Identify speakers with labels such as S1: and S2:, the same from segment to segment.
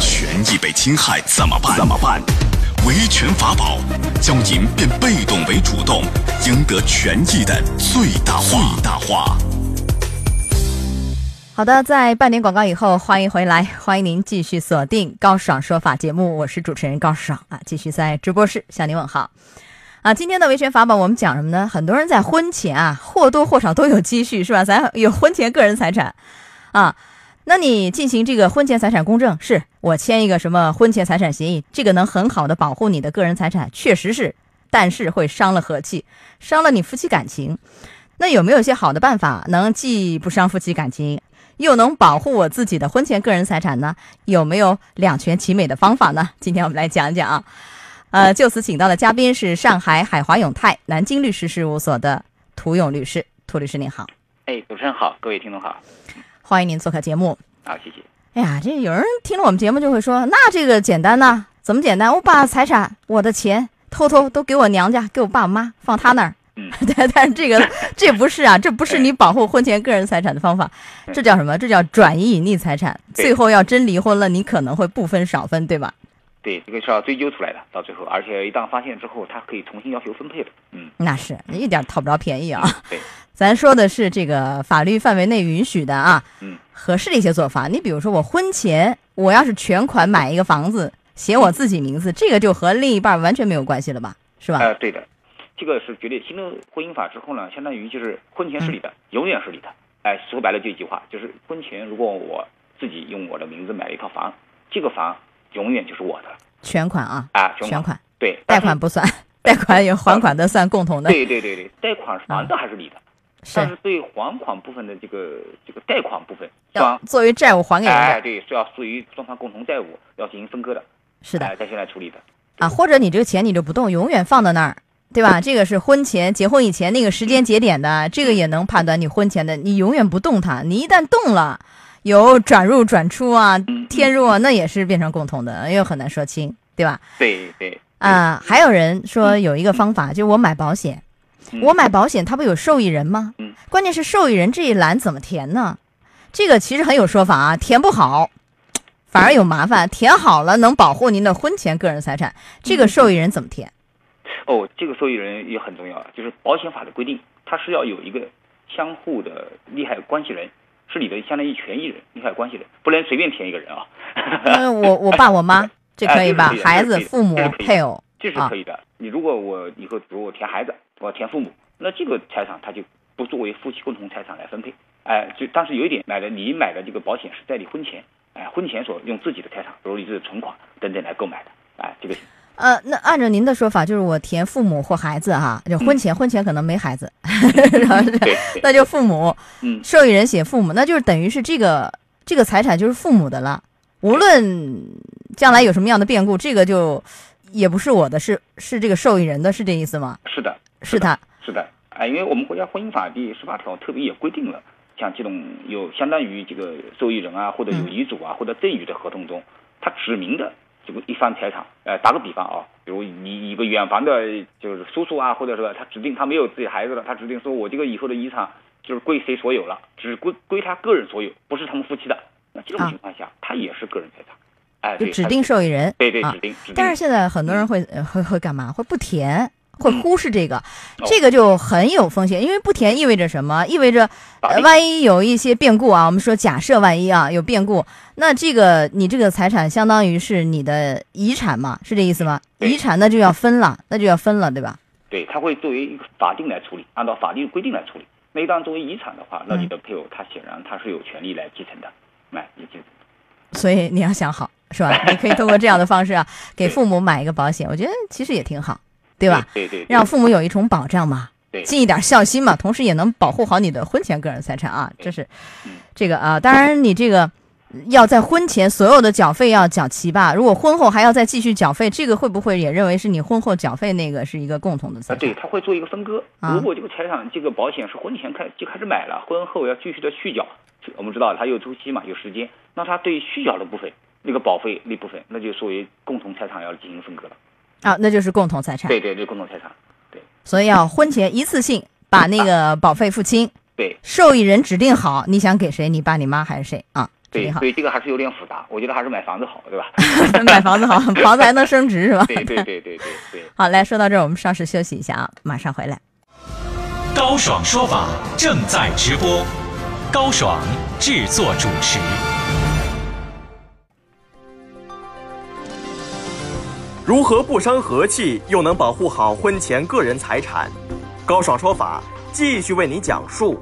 S1: 权益被侵害怎么办？怎么办？维权法宝，将您变被动为主动，赢得权益的最大化。最大化。
S2: 好的，在半点广告以后，欢迎回来，欢迎您继续锁定《高爽说法》节目，我是主持人高爽啊，继续在直播室向您问好。啊，今天的维权法宝我们讲什么呢？很多人在婚前啊，或多或少都有积蓄，是吧？咱有婚前个人财产，啊，那你进行这个婚前财产公证，是我签一个什么婚前财产协议，这个能很好的保护你的个人财产，确实是，但是会伤了和气，伤了你夫妻感情。那有没有一些好的办法，能既不伤夫妻感情，又能保护我自己的婚前个人财产呢？有没有两全其美的方法呢？今天我们来讲一讲啊。呃，就此请到的嘉宾是上海海华永泰南京律师事务所的涂勇律师。涂律师您好，
S3: 哎，主持人好，各位听众好，
S2: 欢迎您做客节目。
S3: 好，谢谢。
S2: 哎呀，这有人听了我们节目就会说，那这个简单呐、怎么简单？我把财产、我的钱偷偷都给我娘家、给我爸妈，放他那儿。
S3: 嗯
S2: 但但是这 个这不是啊，这不是你保护婚前个人财产的方法，这叫什么？这叫转移隐匿财产。
S3: 对
S2: 最后要真离婚了，你可能会不分少分，对吧？
S3: 对，这个是要追究出来的，到最后，而且一旦发现之后，他可以重新要求分配的。嗯，
S2: 那是一点儿讨不着便宜啊。
S3: 对，
S2: 咱说的是这个法律范围内允许的啊，
S3: 嗯，
S2: 合适的一些做法。你比如说，我婚前我要是全款买一个房子，写我自己名字，这个就和另一半完全没有关系了吧？是吧？
S3: 呃，对的，这个是绝对新的婚姻法之后呢，相当于就是婚
S2: 嗯
S3: 前是你的，永远是你的。哎，说白了就一句话，就是婚前如果我自己用我的名字买了一套房，这个房永远就是我的
S2: 全款啊，
S3: 啊，全
S2: 全
S3: 款。
S2: 款，
S3: 对，
S2: 贷
S3: 但是
S2: 款不算，贷款也还款的算共同的，
S3: 对对对对，贷款是还的还是你的，但
S2: 嗯是
S3: 是对还款部分的这个这个贷款部分，
S2: 要
S3: 双
S2: 作为债务还给人
S3: 哎
S2: 家，
S3: 对是要属于双方共同债务，要进行分割的。
S2: 是的
S3: 哎，在现在处理的。
S2: 啊，或者你这个钱你就不动，永远放到那儿。对吧？这个是婚前结婚以前那个时间节点的，这个也能判断你婚前的，你永远不动它。你一旦动了，有转入转出啊，添入啊，那也是变成共同的，又很难说清，对吧？
S3: 对对，
S2: 啊，还有人说有一个方法，就是我买保险，
S3: 嗯
S2: 我买保险，它不有受益人吗
S3: 嗯？
S2: 关键是受益人这一栏怎么填呢？这个其实很有说法啊，填不好，反而有麻烦。填好了能保护您的婚前个人财产，这个受益人怎么 填？
S3: 哦，这个受益人也很重要，啊就是保险法的规定，它是要有一个相互的利害关系人，是你的相当于权益人、利害关系人，不能随便填一个人啊。
S2: 嗯，我我爸我妈，这可以吧
S3: 哎对？的
S2: 孩
S3: 对
S2: 子、
S3: 的
S2: 父母
S3: 对的、对的
S2: 配偶，
S3: 这是可以的。你如果我以后比如我填孩子，我填父母，那这个财产它就不作为夫妻共同财产来分配。哎，就但是有一点，买的你买的这个保险是在你婚前，哎，婚前所用自己的财产，比如你是存款等等来购买的，哎，这个
S2: 呃，那按照您的说法，就是我填父母或孩子哈，就婚前婚前可能没孩子， 然后是
S3: 对对
S2: 那就父母，
S3: 嗯
S2: 受益人写父母，那就是等于是这个这个财产就是父母的了。无论将来有什么样的变故，这个就也不是我的，是是这个受益人的，是这意思吗？
S3: 是的，
S2: 是他
S3: 是的，哎，因为我们国家婚姻法第十八条特别也规定了，像这种有相当于这个受益人啊，或者
S2: 嗯
S3: 有遗嘱啊，或者赠与的合同中，它指明的这个一方财产，呃，打个比方啊，比如你一个远房的，就是叔叔啊，或者说他指定他没有自己孩子了，他指定说我这个以后的遗产就是归谁所有了，只归归他个人所有，不是他们夫妻的。那这种
S2: 啊
S3: 情况下，他也是个人财产，哎，
S2: 就
S3: 对
S2: 指
S3: 它
S2: 定受益人。
S3: 对对
S2: 啊
S3: 指定， 指定
S2: 但是现在很多人会呃会会干嘛？会不填，会忽视这个，
S3: 嗯哦
S2: 这个就很有风险，因为不填意味着什么？意味着、
S3: 法
S2: 呃
S3: 律
S2: 万一有一些变故啊，我们说假设万一啊有变故，那这个你这个财产相当于是你的遗产嘛，是这意思吗？
S3: 对
S2: 遗产那就要分了，那就要分了，对吧？
S3: 对，他会作为一个法定来处理，按照法律规定来处理。那一旦作为遗产的话，那
S2: 嗯
S3: 你的配偶他显然他是有权利来继承的，哎，也就
S2: 所以你要想好，是吧？ 你可以通过这样的方式啊，给父母买一个保险，我觉得其实也挺好，对吧？？
S3: 对对，对
S2: 让父母有一重保障嘛，
S3: 对
S2: 尽一点孝心嘛，同时也能保护好你的婚前个人财产啊，
S3: 对
S2: 这是
S3: 嗯
S2: 这个啊。当然，你这个要在婚前所有的缴费要缴齐吧，如果婚后还要再继续缴费，这个会不会也认为是你婚后缴费那个是一个共同的
S3: 啊，
S2: 财
S3: 对，
S2: 产？
S3: 他会做一个分割。
S2: 啊
S3: 如果这个财产这个保险是婚前开就开始买了，婚后要继续的续缴，我们知道它有周期嘛，有时间，那他对续缴的部分那个保费那部分，那就属于共同财产要进行分割了。
S2: 啊，那就是共同财产，
S3: 对对对，共同财产，
S2: 所以要婚前一次性把那个保费付清，
S3: 对
S2: 受益人指定好，你想给谁，你爸你妈还是谁啊？指
S3: 对，
S2: 定好
S3: 所。以这个还是有点复杂，我觉得还是买房子好，对吧？
S2: 买房子好，房子还能升值是吧？
S3: 对对对对对对。
S2: 好，来说到这儿，我们稍事休息一下啊，马上回来。
S1: 高爽说法正在直播，高爽制作主持。
S4: 如何不伤和气，又能保护好婚前个人财产？高爽说法继续为您讲述。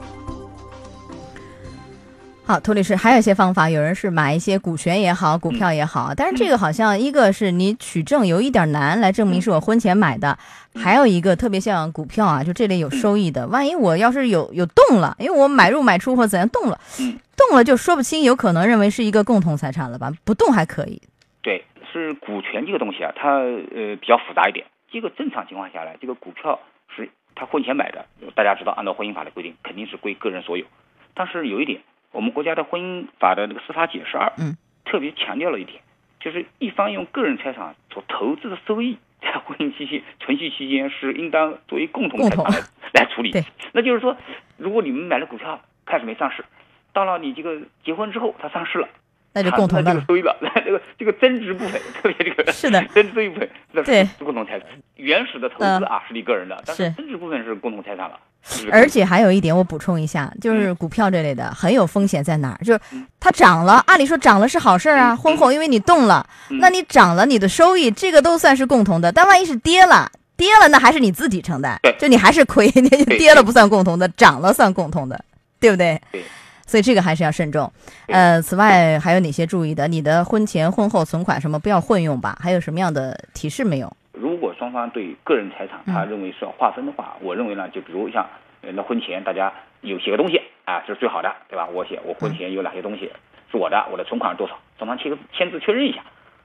S2: 好，涂律师，还有一些方法，有人是买一些股权也好，股票也好，但是这个好像一个是你取证有一点难，来证明是我婚前买的，还有一个特别像股票啊，就这类有收益的，万一我要是有有动了，因为我买入买出或怎样动了
S3: 嗯，
S2: 动了就说不清，有可能认为是一个共同财产了吧？不动还可以，
S3: 对，是股权这个东西啊，它呃比较复杂一点。这个正常情况下来，这个股票是他婚前买的，大家知道，按照婚姻法的规定，肯定是归个人所有。但是有一点，我们国家的婚姻法的那个司法解释二，
S2: 嗯，
S3: 特别强调了一点，就是一方用个人财产所投资的收益，在婚姻期间存续期间是应当作为共同财产
S2: 共
S3: 来来处理。
S2: 对，
S3: 那就是说，如果你们买了股票，开始没上市，到了你这个结婚之后，它上市了。
S2: 那就共同的
S3: 这
S2: 了
S3: 个。收益 了，这个这个增值部分，特别这个
S2: 是的
S3: 增值部分，那是
S2: 对嗯
S3: 是共同财产。原始的投资啊是你个人的，但是
S2: 是
S3: 增值部分是共同财产了。 是
S2: 而且还有一点，我补充一下，就是
S3: 嗯
S2: 股票这类的很有风险在哪儿？就是它涨了，按理说涨了是好事儿啊，
S3: 嗯
S2: 婚后因为你动了，
S3: 嗯
S2: 那你涨了，你的收益这个都算是共同的。但万一是跌了，跌了那还是你自己承担
S3: 对，
S2: 就你还是亏， 你
S3: 对
S2: 跌了不算共同的，涨了算共同的，对不对
S3: 对？
S2: 所以这个还是要慎重。
S3: 对
S2: 呃，此外还有哪些注意的？你的婚前婚后存款什么不要混用吧？还有什么样的提示没有？
S3: 如果双方对个人财产
S2: 嗯
S3: 他认为是要划分的话，我认为呢，就比如像呃那婚前大家有写个东西啊，这是最好的，对吧？我写我
S2: 嗯
S3: 婚前有哪些东西是我的，我的存款是多少，双方签个签字确认一下，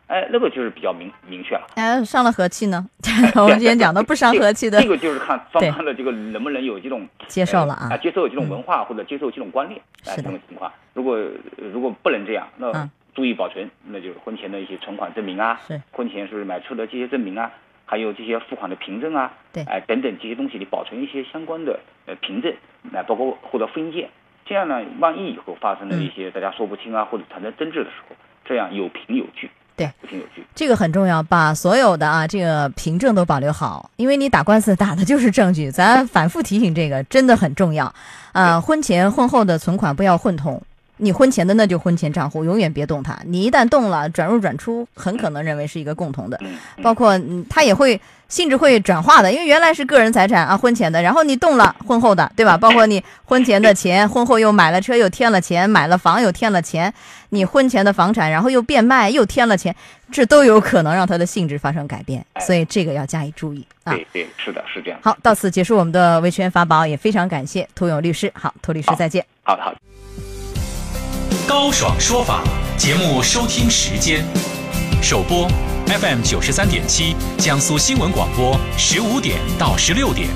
S3: 哎，那个就是比较明明确了。
S2: 哎，伤了和气呢？ 我们今天讲的不伤和气的
S3: 这个就是看双方的这个能不能有这种
S2: 接受了啊
S3: 呃啊，接受这种文化或者接受这种观念啊，
S2: 是
S3: 这
S2: 的
S3: 种情况。如果呃如果不能这样，
S2: 嗯
S3: 那注意保存，那就是婚前的一些存款证明啊
S2: 是，
S3: 婚前是买车的这些证明啊，还有这些付款的凭证啊，
S2: 对
S3: 哎等等这些东西，你保存一些相关的呃凭证，那包括或者复印件。这样呢，万一以后发生了
S2: 嗯
S3: 一些大家说不清啊，或者产生争执的时候，这样有凭有据。
S2: 对
S3: 有凭有据。
S2: 这个很重要，把所有的啊这个凭证都保留好，因为你打官司打的就是证据。咱反复提醒这个真的很重要。呃，婚前婚后的存款不要混同，你婚前的那就婚前账户，永远别动它。你一旦动了，转入转出，很可能认为是一个共同的。
S3: 嗯，嗯
S2: 包括嗯它也会性质会转化的，因为原来是个人财产啊，婚前的，然后你动了婚后的，对吧？包括你婚前的钱，婚后又买了车又添了钱，买了房又添了钱，你婚前的房产然后又变卖又添了钱，这都有可能让它的性质发生改变，所以这个要加以注意啊。
S3: 哎对对，是的，是这样。
S2: 好，到此结束我们的维权法宝，也非常感谢涂勇律师。好，涂律师
S3: 好
S2: 再见。
S3: 好的好的。
S1: 高爽说法节目收听时间：首播 FM 九十三点七，江苏新闻广播十五点到十六点；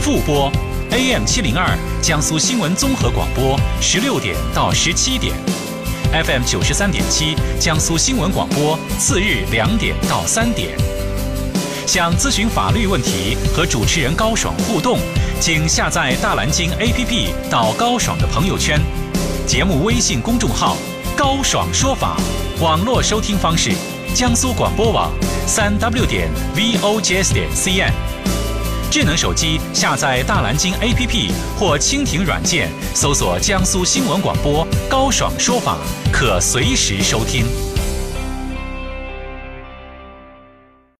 S1: 复播 AM 七零二，江苏新闻综合广播十六点到十七点；FM 九十三点七，江苏新闻广播次日两点到三点。想咨询法律问题和主持人高爽互动，请下载大蓝鲸 APP 到高爽的朋友圈、节目微信公众号“高爽说法”，网络收听方式：江苏广播网三 w 点 vojs 点 cn。智能手机下载大蓝鲸 APP 或蜻蜓软件，搜索江苏新闻广播“高爽说法”，可随时收听。